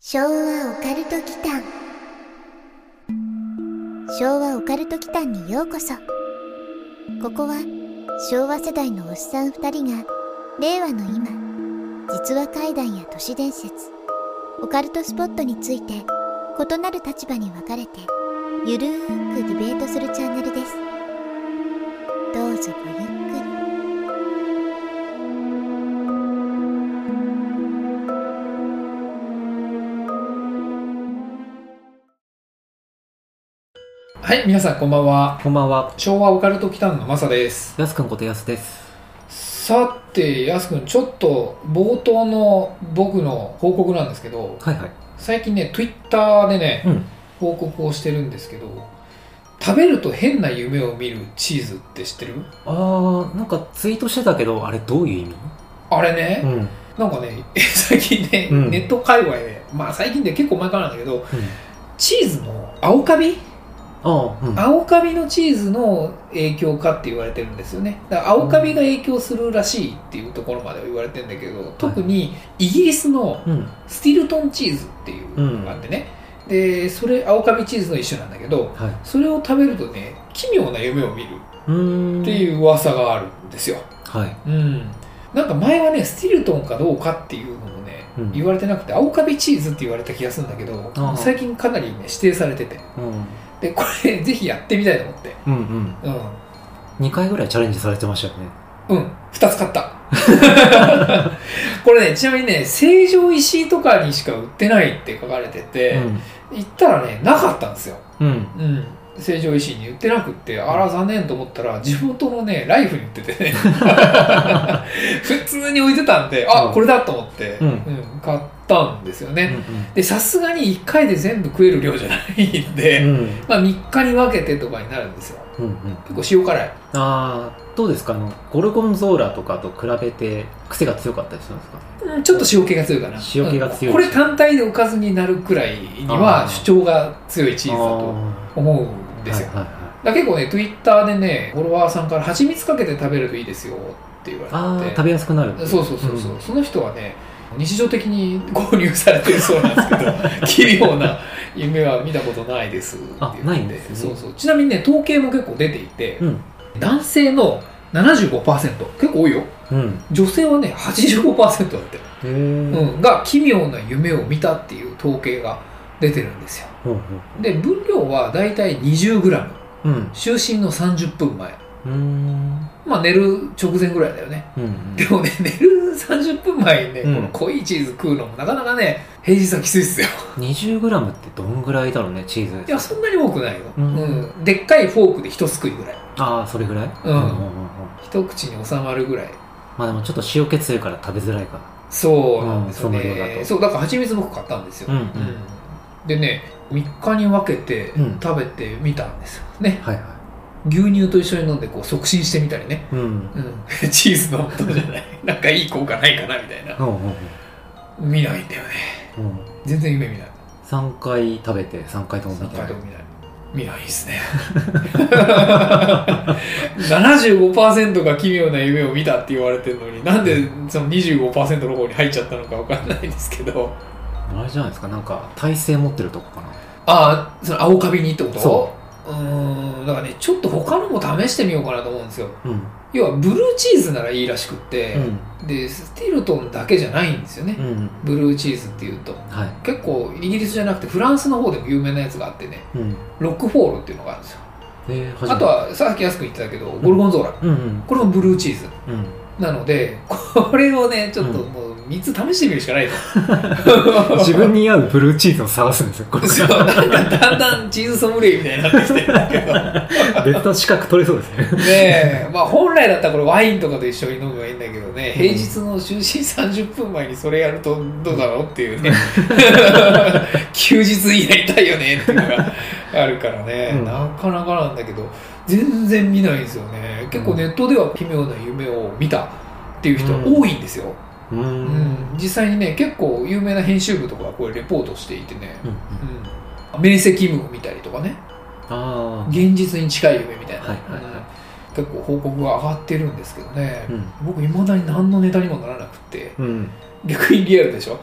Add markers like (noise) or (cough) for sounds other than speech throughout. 昭和オカルト祈間昭和オカルト祈間にようこそここは昭和世代のおっさん2人が令和の今実話怪談や都市伝説オカルトスポットについて異なる立場に分かれてゆるーくディベートするチャンネルですどうぞごゆっくりはい、皆さんこんばんは。こんばんは。昭和オカルト期間のマサです。やすくんことやすです。さて、やすくん、ちょっと冒頭の僕の報告なんですけど、はいはい。最近ね、Twitter でね、うん報告をしてるんですけど、食べると変な夢を見るチーズって知ってるあー、なんかツイートしてたけど、あれどういう意味あれね、ん。うん。なんかね、 (laughs) 最近ね、うんネット界隈で、まあ最近で結構前からなんだけど、チーズの青カビあー、うん。青カビのチーズの影響かって言われてるんですよねだから青カビが影響するらしいっていうところまでは言われてるんだけど特にイギリスのうん。スティルトンチーズっていうのがあってね、でそれ青カビチーズの一種なんだけどはい。それを食べるとね奇妙な夢を見るうーん。。っていうう噂があるんですよはい。うんなんか前はねスティルトンかどうかっていうのもね、うん言われてなくて青カビチーズって言われた気がするんだけどああ最近かなりね指定されててうん。でこれぜひやってみたいと思ってうんうん。うん2回ぐらいチャレンジされてましたよね。うん、二つ買った。 (laughs) これね、ちなみにね、成城石井とかにしか売ってないって書かれてて、行ったらね、なかったんですよ。うん。うん。うん。成城石井に売ってなくって、あら、残念と思ったら、地元のね、ライフに売って (laughs) てね、普通に置いてたんで、あ、うんこれだと思って、うんうん買ったんですようね。んで、さすがに1回で全部食える量じゃないんで、うん。まあ3日に分けてとかになるんですよ。うんうん。結構塩辛い。あー、どうですかあの、ゴルゴンゾーラとかと比べて癖が強かったりするんですかうんちょっと塩気が強いかな塩気がう強いんこれ単体でおかずになるくらいにあはー主張が強いチーズだとあ思うんーですよ、はいはいだはい。から結構ね Twitter でねフォロワーさんから蜂蜜かけて食べるといいですよって言わあれー、て食べやすくなる。そうそうそうそう、んその人はね日常的に購入されてるそうなんですけど (laughs) 奇妙な夢は見たことないですって言ってあないんですねそうそうちなみにね統計も結構出ていて、うん。男性の75%結構多いようん。女性はね85%だってへー。うんうん、が奇妙な夢を見たっていう統計が出てるんですようん。で分量はだいたい 20g うん。就寝の30分前うーん。まあ寝る直前ぐらいだよね (laughs) うん。でもね寝る30分前にね、うんこの濃いチーズ食うのもなかなかね平日はきついっすよ (laughs) 20g ってどんぐらいだろうねチーいズやそんなに多くないよ、ううんんでっかいフォークで一すくいぐらいああそれぐらいうんうんま一口に収まるぐらいあでもちょっと塩気強いから食べづらいかそうなんですよね、うんその量だとそうだから蜂蜜僕買ったんですよ、うんうんでね3日に分けてうん食べてみたんですよね、らはいは牛乳と一緒に飲んでこう促進してみたりね、いうんうんうん (laughs) チーズのことじゃない (laughs) なんかいい効果ないかなみたいなうんうん見ないんだよねうん全然夢見ない3回食べて3回とも見3て回ないとも見ない見ないですね (laughs) 75%が奇妙な夢を見たって言われてるのになんでその25%の方に入っちゃったのかわかんないですけどあれじゃないですかなんか耐性持ってるとこかああその青カビにってことそうーんだからねちょっと他のも試してみようかなと思うんですよなうん要はブルーチーズならいいらしくって、うんでスティルトンだけじゃないんですよね、うんブルーチーズっていうとはい結構イギリスじゃなくてフランスの方でも有名なやつがあってねうんロックフォールっていうのがあるんですよえー初めてあとはさっき安く言ってたけどゴルゴンゾーラ、うんうんこれもブルーチーズうんなのでこれをねちょっとうんもう3つ試してみるしかないと (laughs) (laughs) 自分に合うブルーチーズを探すんですよこれそうなんかだんだんチーズソムリエみたいになってきてるんだけどね別の資格取れそうですねえまあ本来だったらこれワインとかと一緒に飲めばいいんだけどね平日の就寝30分前にそれやるとどうだろうっていうね (laughs) 休日になりたいよねっていうのがあるからね、うんなかなかなんだけど全然見ないんですよね結構ネットでは奇妙な夢を見たっていう人は多いんですよ、ううんん実際にね結構有名な編集部とかがこれレポートしていてね、うんうん、明晰夢を見たりとかねああ現実に近い夢みたいな、はいはいはいうん結構報告が上がってるんですけどね、うん僕いまだに何のネタにもならなくてうん逆にリアルでし (laughs) ょ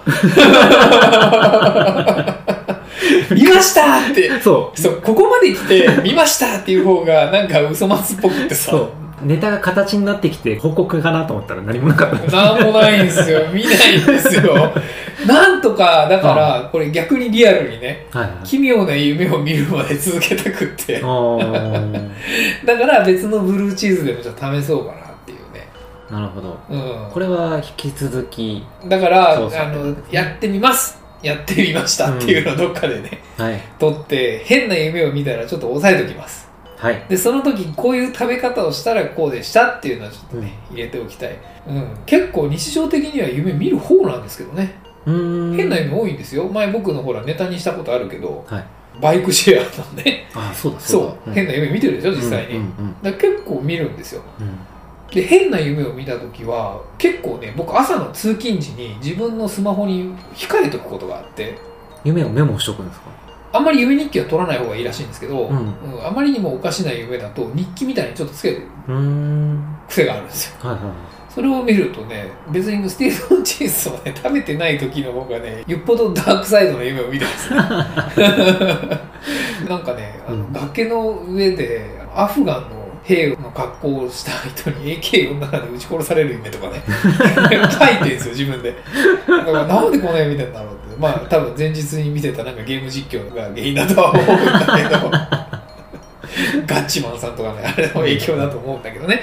見ましたってそそうここまで来て見ましたっていう方がなんか嘘松っぽくってうさそうネタが形になってきて報告かなと思ったら何もなかったなんもないんですよ見ないんですよなんとかだからこれ逆にリアルにねはいはい奇妙な夢を見るまで続けたくってあーだから別のブルーチーズでもじゃあ試そうかなっていうねなるほどうんこれは引き続きだからそうそうあのやってみますやってみましたっていうのをどっかでね、はい撮って変な夢を見たらちょっと押さえときますはいでその時こういう食べ方をしたらこうでしたっていうのはちょっとね、入れておきたい、うん、結構日常的には夢見る方なんですけどねうーん変な夢多いんですよ前僕のほらネタにしたことあるけど、はいバイクシェアのねあそうだそうだ変な夢見てるでしょ実際に、うんうんだから結構見るんですようんうんで変な夢を見た時は結構ね僕朝の通勤時に自分のスマホに控えとくことがあって夢をメモしとくんですかあんまり夢日記は取らない方がいいらしいんですけど、うんうんあまりにもおかしな夢だと日記みたいにちょっとつけるうーん癖があるんですよはいはいはいそれを見るとね別にスティーブン・チーズをね食べてない時の方がねよっぽどダークサイドの夢を見てますね (laughs) なんかねあの、うん崖の上でアフガンの兵の格好をした人に AK47 で撃ち殺される夢とか (laughs) ね書いてるんですよ自分でだからなんでこの夢見てんだろうってまあ多分前日に見てたなんかゲーム実況が原因だとは思うんだ (laughs) けどガッチマンさんとかねあれの影響だと思うんだけどね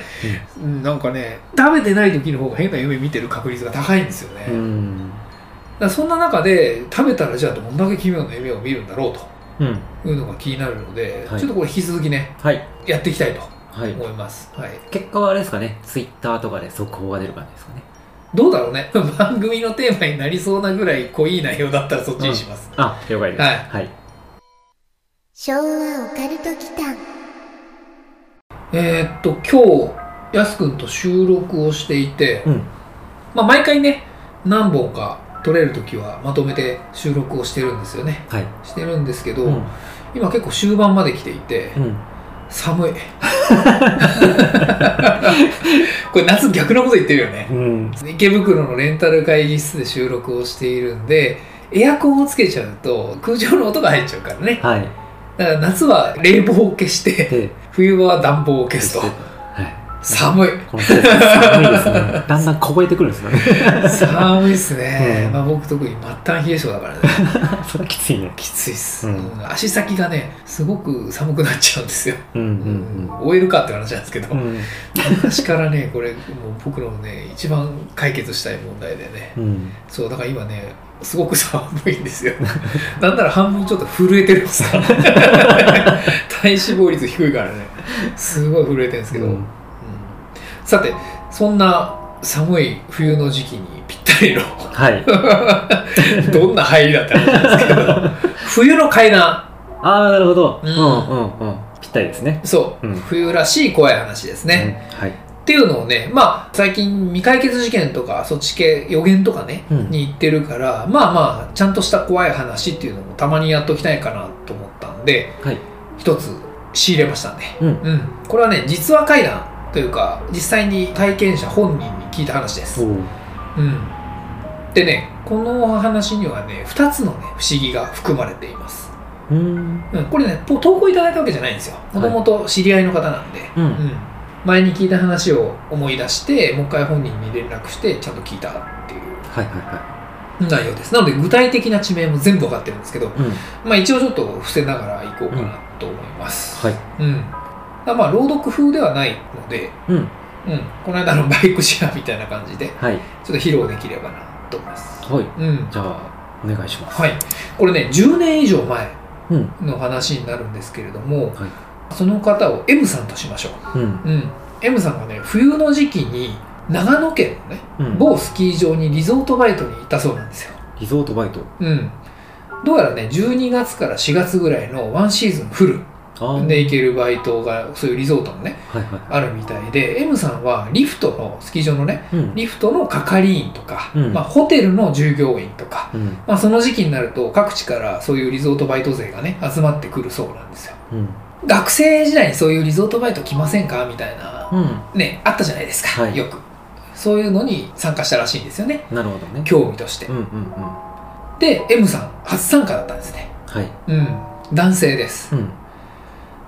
うん、なんかね食べてない時の方が変な夢見てる確率が高いんですよね、うーだんからそんな中で食べたらじゃあどんだけ奇妙な夢を見るんだろうとうんいうのが気になるので、はいちょっとこれ引き続きねはいやっていきたいとはい思います、はい、結果はあれですかねツイッターとかで速報が出る感じですかねどうだろうね (laughs) 番組のテーマになりそうなぐらい濃い内容だったらそっちにします、あ了解ですはいはい昭和オカルト祈間えーっと今日やすくんと収録をしていて、うんまあ、毎回ね何本か撮れる時はまとめて収録をしてるんですよねはいしてるんですけど、うん今結構終盤まで来ていて、うん寒い (laughs) これ夏逆のこと言ってるよねうん池袋のレンタル会議室で収録をしているんでエアコンをつけちゃうと空調の音が入っちゃうからねはいだから夏は冷房を消してで冬は暖房を消すとはい寒いこの季節寒いですねだんだん凍えてくるんですよね寒いですね、うんまあ、僕特に末端冷え性だからねそれきついねきついっす、うんうん足先がねすごく寒くなっちゃうんですよ、うんう終えるかって話なんですけど、うんうん昔からねこれもう僕のね一番解決したい問題でねうんそうだから今ねすごく寒いんですよ (laughs) なんなら半分ちょっと震えてるの (laughs) さ体脂肪率低いからねすごい震えてるんですけど、ううんんさてそんな寒い冬の時期にぴったりの (laughs) はいどんな入りだったんですけど (laughs) 冬の階段ああなるほどううんんうんうんぴったりですねそう、うん冬らしい怖い話ですね、うんはいっていうのをね、まあ、最近未解決事件とかそっち系予言とかね、うんに行ってるからまあまあちゃんとした怖い話っていうのもたまにやっときたいかなと思ったんではい一つ仕入れましたね、うんこれはね実話怪談というか実際に体験者本人に聞いた話でおす、ーうん、でねこのお話にはね2つのね不思議が含まれています、うーんうん、これねと投稿いただいたわけじゃないんですよもともと知り合いの方なんで、うん前に聞いた話を思い出してもう一回本人に連絡してちゃんと聞いたっていうはいはいは内容ですなので具体的な地名も全部わかってるんですけど、いうんまあ、一応ちょっと伏せながら行こうかなと思いますはいうん、だからまあ朗読風ではないので、うんうん、この間のバイクシェアみたいな感じでちょはいっと披露できればなと思いますはいうんじゃあお願いしますはいこれね10年以上前うんの話になるんですけれども、はその方を M さんとしましょううんうん、M さんがね冬の時期に長野県のねうん某スキー場にリゾートバイトに行ったそうなんですよ、リゾートバイトうん、どうやらね12月から4月ぐらいのワンシーズンフルあーで行けるバイトがそういうリゾートのねはいはあるみたいで M さんはリフトのスキー場のねいうんリフトの係員とか、うんまあ、ホテルの従業員とか、うんまあ、その時期になると各地からそういうリゾートバイト勢がね集まってくるそうなんですようん学生時代にそういうリゾートバイト来ませんかみたいなうん。ねあったじゃないですか、はいよくそういうのに参加したらしいんですよねなるほどね。興味としてうんうんうん。はで M さん初参加だったんですねい。うん男性ですうん。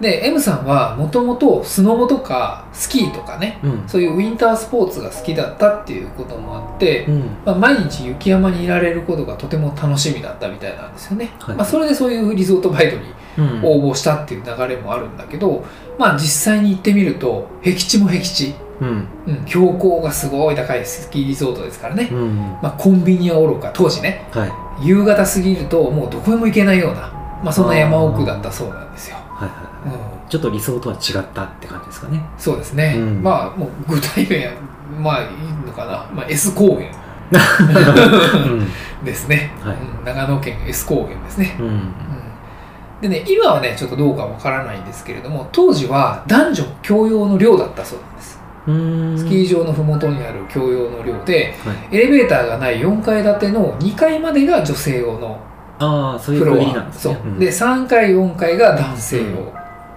で M さんはもともとスノボとかスキーとかねうん。そういうウィンタースポーツが好きだったっていうこともあって、うん。まあ、毎日雪山にいられることがとても楽しみだったみたいなんですよね、はいまあ、それでそういうリゾートバイトにうん。応募したっていう流れもあるんだけど、まあ、実際に行ってみると僻地も僻地、うん。うん、標高がすごい高いスキーリゾートですからね、うん。まあ、コンビニはおろか当時ねはい。夕方過ぎるともうどこへも行けないような、まあ、そんな山奥だったそうなんですよ、はいはいうんは、い。ちょっと理想とは違ったって感じですかね。そうですね、うんまあもう具体名はまあいいのかな、まあ、S 高 (laughs) 原うん。ですね、はいうん長野県 S 高原ですね、うん。うん、でね今はねちょっとどうかわからないんですけれども当時は男女共用の寮だったそうなんです、うん。スキー場の麓にある共用の寮ではい。エレベーターがない4階建ての2階までが女性用のああ、そういフうロ区切りアなんですね。そううんで、3階4階が男性用、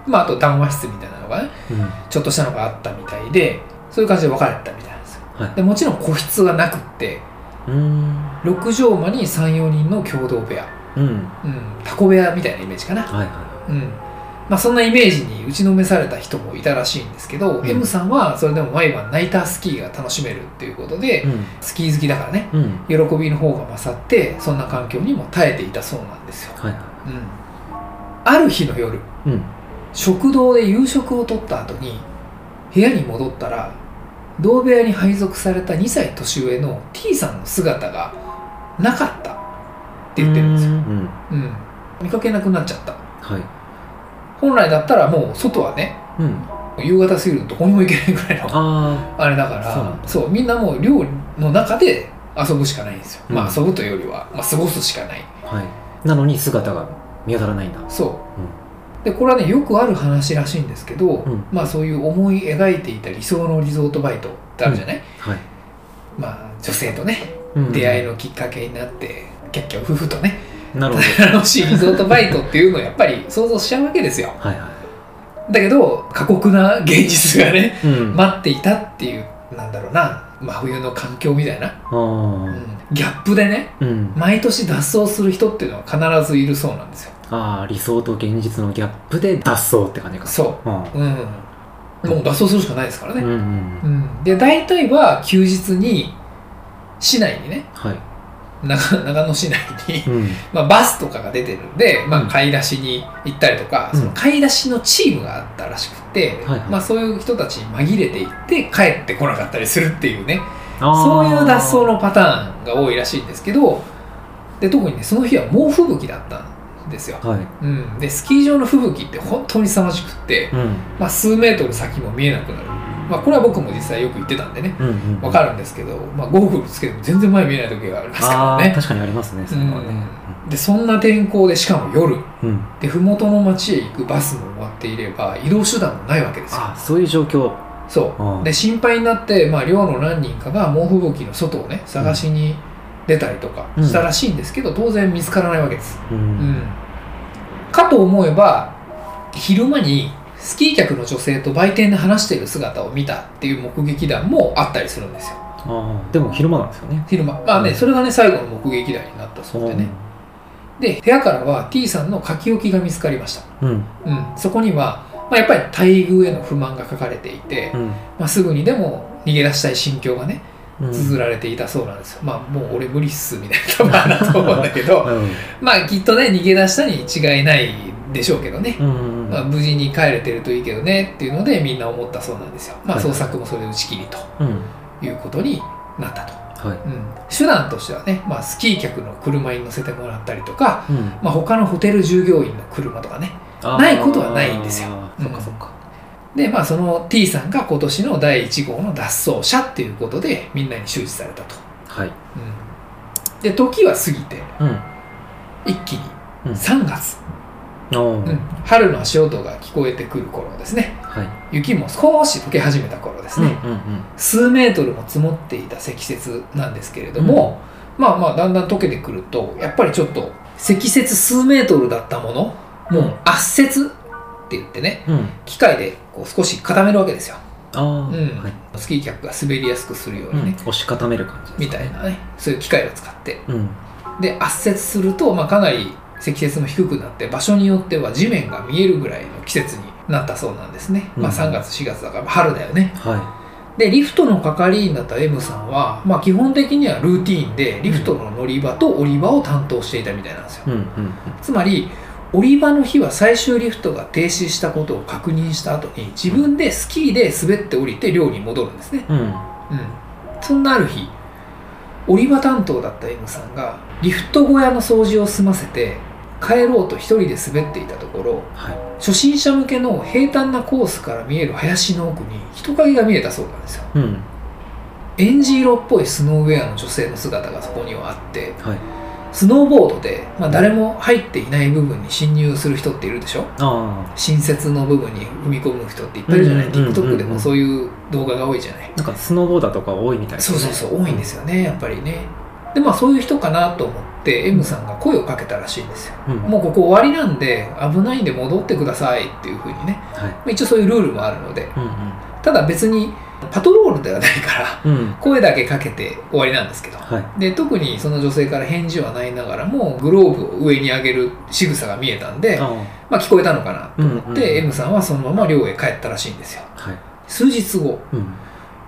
まあ、あと談話室みたいなのがねうん。ちょっとしたのがあったみたいでそういう感じで分かれてたみたいなんですよはでもちろん個室はなくってい。うん。 6畳間に34人の共同部屋、うん。うん、タコ部屋みたいなイメージかなはいはうんまあ、そんなイメージに打ちのめされた人もいたらしいんですけど、うん M さんはそれでも毎晩ナイタースキーが楽しめるっていうことで、い。うん。スキー好きだからねうん。喜びの方が勝ってそんな環境にも耐えていたそうなんですよ、はいはうん、ある日の夜い。うん。食堂で夕食をとった後に部屋に戻ったら同部屋に配属された2歳年上の T さんの姿がなかったって言ってるんですよ、うん。うん、見かけなくなっちゃったはい。本来だったらもう外はねうん。夕方過ぎるとどこにも行けないぐらいのああれだからそそうなうんだみんなもう寮の中で遊ぶしかないんですよ、うんまあ遊ぶというよりは、まあ、過ごすしかないあ、はい。なのに姿が見当たらないんだ。そう、でこれはねよくある話らしいんですけど、んまあそういう思い描いていた理想のリゾートバイトってあるじゃない、はい。まあ女性とねうん出会いのきっかけになって、結局夫婦とねなるほど。楽しいリゾートバイトっていうのをやっぱり想像しちゃうわけですよはいはだけど過酷な現実がねい。うん。あ待っていたっていうなんだろうな真冬の環境みたいな、うあ。ん、ギャップでねうん。毎年脱走する人っていうのは必ずいるそうなんですよああ、理想と現実のギャップで脱走って感じか。そうん。ううんもう脱走するしかないですからうんうね、んう。んで大体は休日に市内にねはい。長 (laughs) 長野市内に、うん。まあ、バスとかが出てるんで、まうあ、ん買い出しに行ったりとか、うんその買い出しのチームがあったらしくて、はいはいまあ、そういう人たちに紛れていって帰ってこなかったりするっていうねああ。そういう脱走のパターンが多いらしいんですけどで特にねその日は猛吹雪だったんですよ、はい。うん、でスキー場の吹雪って本当に凄まじくって、うん。まあ、数メートル先も見えなくなる、まあ、これは僕も実際よく行ってたんでねうんうん。わかるんですけど、まあ、ゴーグルつけても全然前見えない時がありますかああらー、ね確かにありますね。それはね。でそんな天候でしかも夜うん。うんで麓の町へ行くバスも終わっていれば移動手段もないわけですよああ、そういう状況。そううんで心配になって、まあ、寮の何人かが猛吹雪の外をね探しに出たりとかうんしたらしいんですけど、当然見つからないわけです、う。うんん、かと思えば昼間にスキー客の女性と売店で話している姿を見たっていう目撃談もあったりするんですよああ、でも昼間なんですよね。昼間まあね、うんそれがね最後の目撃談になったそうでね、で部屋からは T さんの書き置きが見つかりました、うん。うん、そこには、まあ、やっぱり待遇への不満が書かれていて、うん。まあ、すぐにでも逃げ出したい心境がねうん。綴られていたそうなんですよ、まあもう俺無理っすみたいなとこだと思うんだけどうん (laughs) まあきっとね逃げ出したに違いないでしょうけどね、うんうん。まあ、無事に帰れてるといいけどねっていうのでみんな思ったそうなんですよまあはいはい捜索もそれで打ち切りとうん。いうことになったと、はい。うん、手段としてはね、まあ、スキー客の車に乗せてもらったりとか、うん。まあ、他のホテル従業員の車とかねあーないことはないんですようんそっかそっか。でまあその T さんが今年の第1号の脱走者っていうことでみんなに周知されたと、はい。うん、で時は過ぎてうん。一気にうん3月、おーうん春の足音が聞こえてくる頃ですねはい。雪も少し溶け始めた頃ですうんね、うんうん。数メートルも積もっていた積雪なんですけれども、まあまあだんだん溶けてくるとやっぱりちょっと積雪数メートルだったものもう圧雪って言ってねうん。機械でこう少し固めるわけですよああ、うんはい、スキー客が滑りやすくするよううんにね、押し固める感じでみすかたねいなねそういう機械を使ってうんで圧雪すると、まあ、かなり積雪も低くなって場所によっては地面が見えるぐらいの季節になったそうなんですね、まあ、うん3月4月だからまあ春だよねはでリフトの係員だった M さんは、まあ、基本的にはルーティーンでリフトの乗り場と降り場を担当していたみたいなんですよいうんうんつまり降り場の日は最終リフトが停止したことを確認した後に自分でスキーで滑って降りて寮に戻るんですねうんうんうん、そんなある日降り場担当だった M さんがリフト小屋の掃除を済ませて帰ろうと一人で滑っていたところは初心者向けの平坦なコースから見える林の奥に人影が見えたそうなんですよいうんエンジ色っぽいスノーウェアの女性の姿がそこにはあってはいスノーボードで、まあ、誰も入っていない部分に侵入する人っているでしょあ新設の部分に踏み込む人っていっぱいいるじゃない、うんうんうんうん TikTok でもそういう動画が多いじゃないあなんかスノーボーダーとか多いみたいでそすうねそうそう多いんですよねやっぱりねでまあそういう人かなと思って M さんが声をかけたらしいんですようんもうここ終わりなんで危ないんで戻ってくださいっていうふうにねはまあ一応そういうルールもあるのでいただ別にパトロールではないからうんうんうん声だけかけて終わりなんですけどはいで特にその女性から返事はないながらもグローブを上に上げる仕草が見えたんであまあ聞こえたのかなあうんうんで M さんはそのまま寮へ帰ったらしいんですよはい数日後うん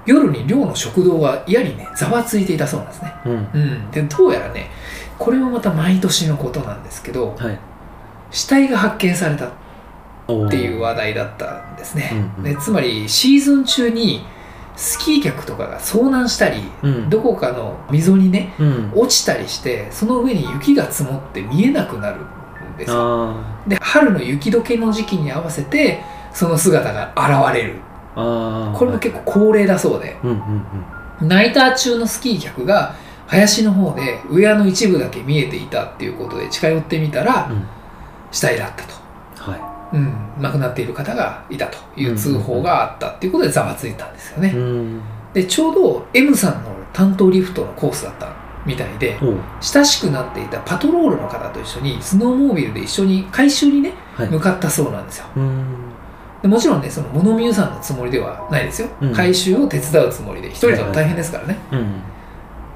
夜に寮の食堂がやにねざわついていたそうなんですねうんうん、でどうやらねこれもまた毎年のことなんですけどはい死体が発見されたっおーていう話題だったんですね、うんでつまりシーズン中にスキー客とかが遭難したりうんどこかの溝にねうん落ちたりしてその上に雪が積もって見えなくなるんですよあで春の雪解けの時期に合わせてその姿が現れるあああこれも結構恒例だそうでうんうんうんナイター中のスキー客が林の方でウェアの一部だけ見えていたっていうことで近寄ってみたらうん死体だったと、はうん、亡くなっている方がいたという通報があったっていうことでざわついたんですよいねうんでちょうど M さんの担当リフトのコースだったみたいでおー親しくなっていたパトロールの方と一緒にスノーモービルで一緒に回収にねはい向かったそうなんですようんでもちろんねその物見湯さんのつもりではないですよ、うん回収を手伝うつもりで一人でも大変ですからね、うん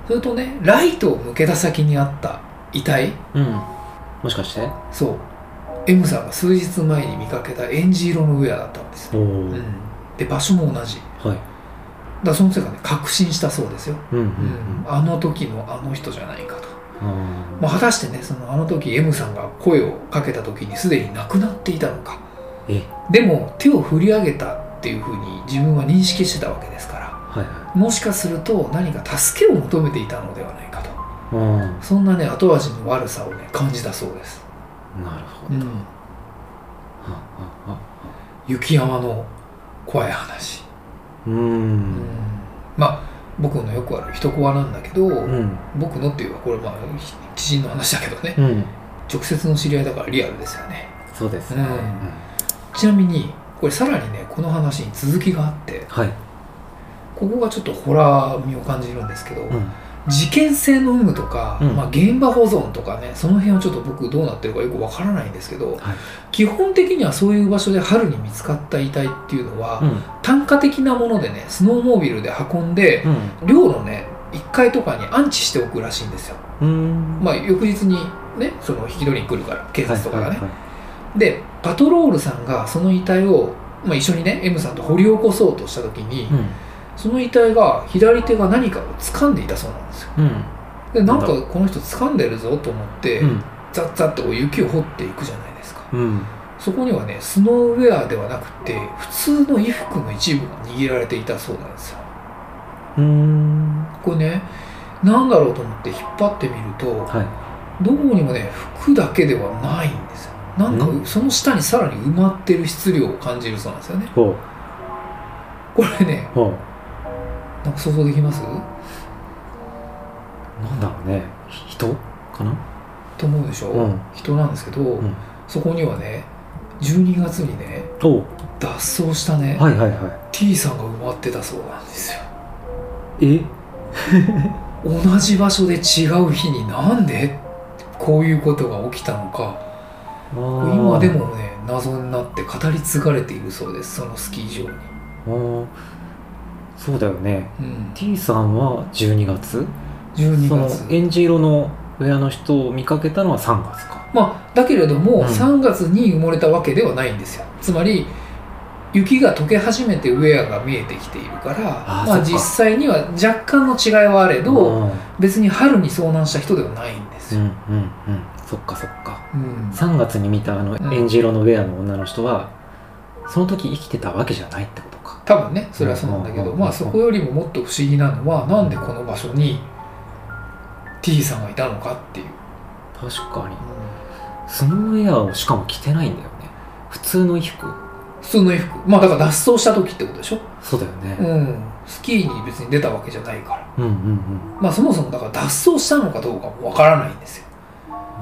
それとねライトを向けた先にあった遺体うんもしかしてそう M さんが数日前に見かけたエンジ色のウェアだったんですよ、おおうん、で場所も同じだかはいらそのせいかね確信したそうですよ、うんうんうんあの時のあの人じゃないかと、うんまあ、果たしてねそのあの時 M さんが声をかけた時にすでに亡くなっていたのかえでも手を振り上げたっていうふうに自分は認識してたわけですからはいはもしかすると何か助けを求めていたのではないかというんそんなね後味の悪さをね感じたそうですなるほうどん、ああ雪山の怖い話、あうんまあ僕のよくある人コアなんだけど、うん僕のっていうかこれまあひ知人の話だけどねうん直接の知り合いだからリアルですよねそうですうねんうんちなみにこれさらにねこの話に続きがあってはいここがちょっとホラー味を感じるんですけど、うん事件性の有無とか、うんまあ、現場保存とかねその辺はちょっと僕どうなってるかよくわからないんですけど、はい基本的にはそういう場所で春に見つかった遺体っていうのは、うん単価的なものでねスノーモービルで運んでうん寮のね1階とかに安置しておくらしいんですようんまあ翌日にねその引き取りに来るから警察とかがね、はいはいはでパトロールさんがその遺体を、まあ、一緒にね M さんと掘り起こそうとした時に、いその遺体が左手が何かを掴んでいたそうなんですようんうんでなんかなんこの人掴んでるぞと思って、うんザッザッとこう雪を掘っていくじゃないですかうんそこにはねスノーウェアではなくて普通の衣服の一部が握られていたそうなんですようんこれね何だろうと思って引っ張ってみるとはどうにもね服だけではないんですよなんかうその下にさらに埋まってる質量を感じるそうなんですよねいほうこれねほうなんか想像できますなんだろうねひ人かなと思うでしょ、うん人なんですけど、んそこにはね12月にねおう脱走したね、はいはいは T さんが埋まってたそうなんですよいえ同じ場所で違う日になんでこういうことが起きたのか今今でもね謎になって語り継がれているそうですそのスキー場にーそうだよねうん、 T さんは12月12その月エンジ色のウェアの人を見かけたのは3月かまあ、だけれども、うん3月に埋もれたわけではないんですよつまり雪が溶け始めてウェアが見えてきているからあまーそあ、っか実際には若干の違いはあれど、うん別に春に遭難した人ではないんですうんよ、うんうんそっかそっかうん3月に見たあのうんエンジ色のウェアの女の人はその時生きてたわけじゃないってことか多分ねそれはそうなんだけど、うんまあ、そこよりももっと不思議なのはなんでこの場所に T さんがいたのかっていう、確かにスノーウェアをしかも着てないんだよね普通の衣服普通の衣服まあだから脱走した時ってことでしょ、そうだようね、ん、スキーに別に出たわけじゃないからうん、うんまあそもそもだから脱走したのかどうかもわからないんですよ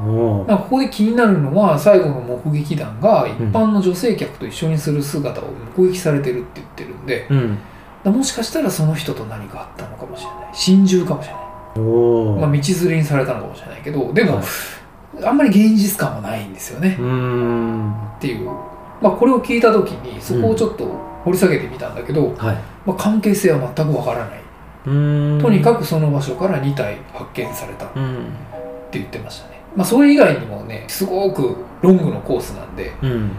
うんおーまあここで気になるのは最後の目撃談が一般の女性客と一緒にする姿を目撃されてるって言ってるんで、うんだからもしかしたらその人と何かあったのかもしれない心中かもしれないおお、まあ、道連れにされたのかもしれないけどでも、はいあんまり現実感はないんですよねう、ーんっていう、まあ、これを聞いた時にそこをちょっと掘り下げてみたんだけど、はいまあ、関係性は全くわからない、うーんとにかくくその場所から2体発見されたってうん言ってましたね、まあ、それ以外にもねすごくロングのコースなんでうん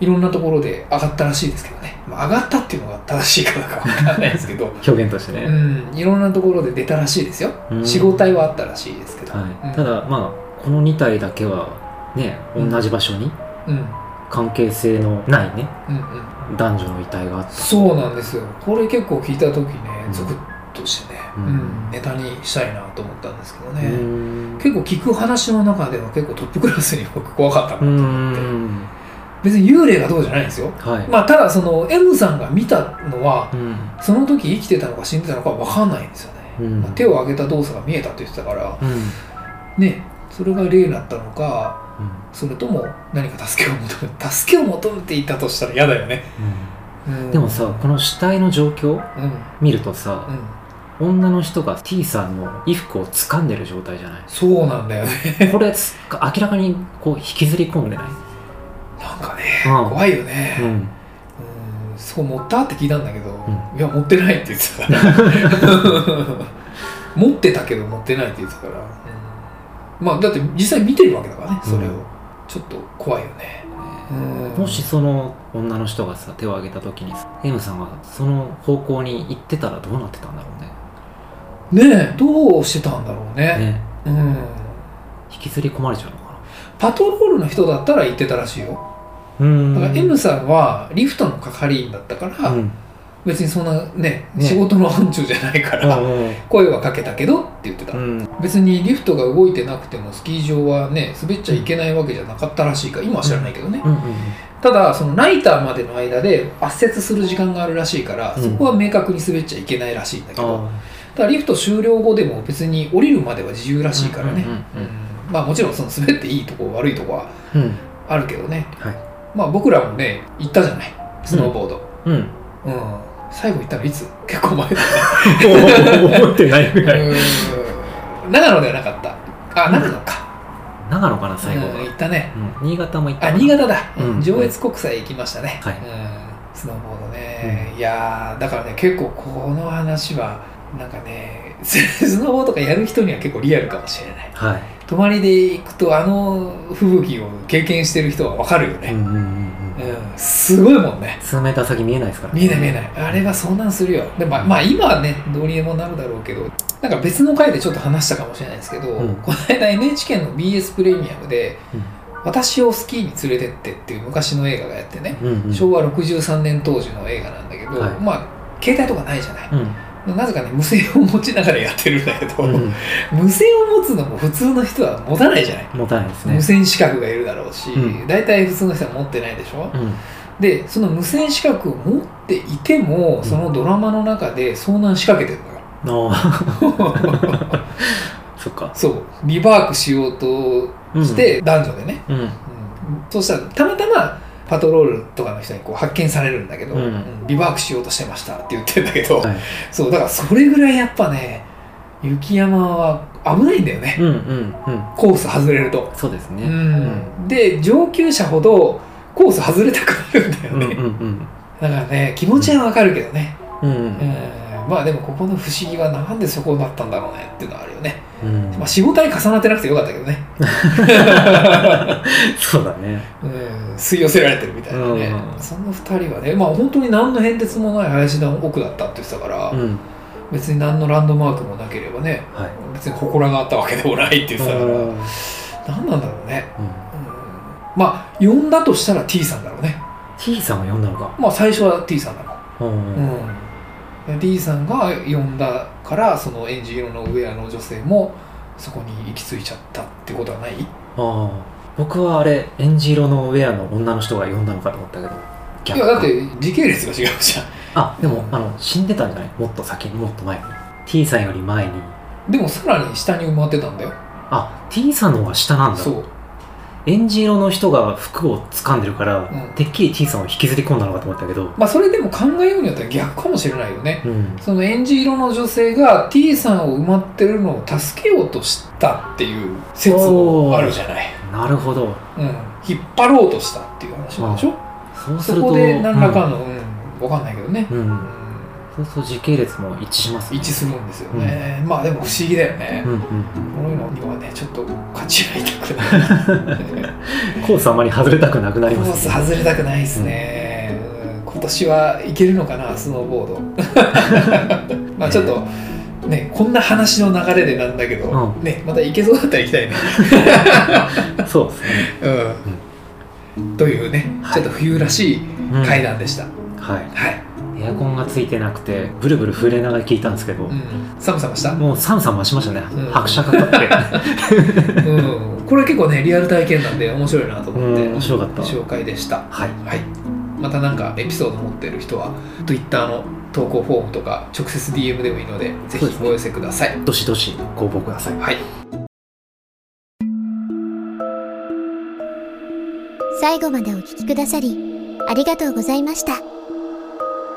いろんなところで上がったらしいですけどね、まあ、上がったっていうのが正しいかどうかわからないですけ (laughs) ど表現としてうね、んいろんなところで出たらしいですようん45体はあったらしいですけど、はうんい、ただまあこの2体だけはねうん同じ場所にうんうん関係性のないねうん男女の遺体があってそうなんですよこれ結構聞いた時ねうんゾクッとしてね、ううんんネタにしたいなと思ったんですけどうね、ーん結構聞く話の中では結構トップクラスに僕怖かったなうとー思って、ん別に幽霊がどうじゃないんですよはい、まあただその M さんが見たのはうんその時生きてたのか死んでたのか分かんないんですよね、うんまあ手を挙げた動作が見えたって言ってたからうんねそれが霊だったのかそれとも何か助けを求めて助けを求めていたとしたら嫌だよね、うんでもさこの死体の状況うんうん見るとさ、女の人が T さんの衣服を掴んでる状態じゃないそうなんだよね (laughs) これつ明らかにこう引きずり込んでないなんかね、うん怖いよね、ううんんそう持ったって聞いたんだけど、ういや持ってないって言ってたから (laughs) 持ってたけど持ってないって言ってたから、うんまあだって実際見てるわけだからねそれを、うんちょっと怖いよね、うんもしその女の人がさ手を挙げた時に M さんがその方向に行ってたらどうなってたんだろうねねえどうしてたんだろうねねうん引きずり込まれちゃうのかパトロールの人だったら言ってたらしいよなうんだから M さんはリフトの係員だったから、うん別にそんなねね仕事の範疇じゃないから、声はかけたけどって言ってたうんうん別にリフトが動いてなくてもスキー場はね滑っちゃいけないわけじゃなかったらしいから今は知らないけどね、うんただそのナイターまでの間で圧雪する時間があるらしいからうんそこは明確に滑っちゃいけないらしいんだけど、あただリフト終了後でも別に降りるまでは自由らしいからね、うんうんうんうんまあもちろんその滑っていいとこ悪いとこはーうんあるけどね、はいまあ僕らもね行ったじゃないスノーボード、うんうん最後行ったのいつ結構前だね (laughs) 思ってないぐらいうん (laughs) 長野ではなかったあ長野か、長野かな最後うんは行ったねうん新潟も行ったあ新潟だ、うん上越国際行きましたね、はいうん、スノーボードね、いやーだからね結構この話はなんかね (laughs) スノーボードとかやる人には結構リアルかもしれないはい泊まりで行くとあの吹雪を経験してる人はわかるようんね、うんうんううんんすごいもんね数メーター先見えないですからね見えない見えないあれは遭難するよでもまあまあ今はねどうにでもなるだろうけどなんか別の回でちょっと話したかもしれないですけど、うんこの間 NHK の BS プレミアムでうん「私をスキーに連れてって」っていう昔の映画がやってね、うんうん昭和63年当時の映画なんだけど、はいまあ携帯とかないじゃない、うんなぜかね無線を持ちながらやってるんだけど、うん (laughs) 無線を持つのも普通の人は持たないじゃない、持たないですね無線資格がいるだろうし、うん大体普通の人は持ってないでしょ、うんでその無線資格を持っていてもんそのドラマの中で遭難仕掛けてるのよあ (laughs) ー (laughs) そっかそうリバークしようとして、男女でね、うんうんそうしたらたまたまパトロールとかの人にこう発見されるんだけど、うんうんリバークしようとしてましたって言ってんだけど、はい (laughs) そうだからそれぐらいやっぱね雪山は危ないんだよね、うんうんうんコース外れると、そうですねうんで上級者ほどコース外れたくなるんだようんうんね、うんうんだからね気持ちはわかるけどね、うんうん、まあでもここの不思議はなんでそこになったんだろうねっていうのはあるよね、うんまあ、仕事に重なってなくてよかったけどね、そうだねうん、吸い寄せられてるみたいなね、うんその2人はねまあ本当に何の変哲もない林の奥だったって言ってたから、うん別に何のランドマークもなければねはい別に祠があったわけでもないって言ってたから何なんだろうね、うんうん、まあ呼んだとしたら T さんだろうね T さんが呼んだのかまあ最初は T さんだろううんうんで D さんが呼んだからそのエンジ色のウェアの女性もそこに行き着いちゃったってことはないああ僕はあれエンジ色のウェアの女の人が呼んだのかと思ったけど逆かいやだって時系列が違うじゃあでもあの死んでたんじゃないもっと先にもっと前に T さんより前にんでもさらに下に埋まってたんだよあ T さんの方が下なんだそうエンジ色の人が服を掴んでるから、うんてっきり T さんを引きずり込んだのかと思ったけどまあそれでも考えようによっては逆かもしれないよねうんそのエンジ色の女性が T さんを埋まってるのを助けようとしたっていう説もあるじゃない、なるほどうん、引っ張ろうとしたっていう話なんでしょそうすそるとこで何らかの、うんわかんないけどね、うん、ううんん、そうすると時系列も一致しますね一致するんですよね、まあでも不思議だよねう、んうんこういうのにはねちょっと勝ち合いたくないコ (laughs) ースあまり外れたくなくなコりまーすスね外れたくないですね、うん今年はいけるのかなスノーボー (laughs) ドまあちょっとねこんな話の流れでなんだけど、うねまた行けそうだったら行きたいね、そうですね、うんというねちょっと冬らしいうん階段でした、ははい、いエアコンがついてなくてブルブル震えながら聞いたんですけど、うん、寒さました、もう寒さ増しましたね、うん拍車かかってうん、これ結構ねリアル体験なんで面白いなと思って、うん面白かった紹介でしたはいはい、またなんかエピソード持ってる人は Twitter の投稿フォームとか直接 DM でもいいのでぜひそうですねお寄せください、どしどしご応募くださいはい最後までお聞きくださり、ありがとうございました。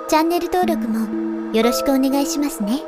チャンネル登録もよろしくお願いしますね。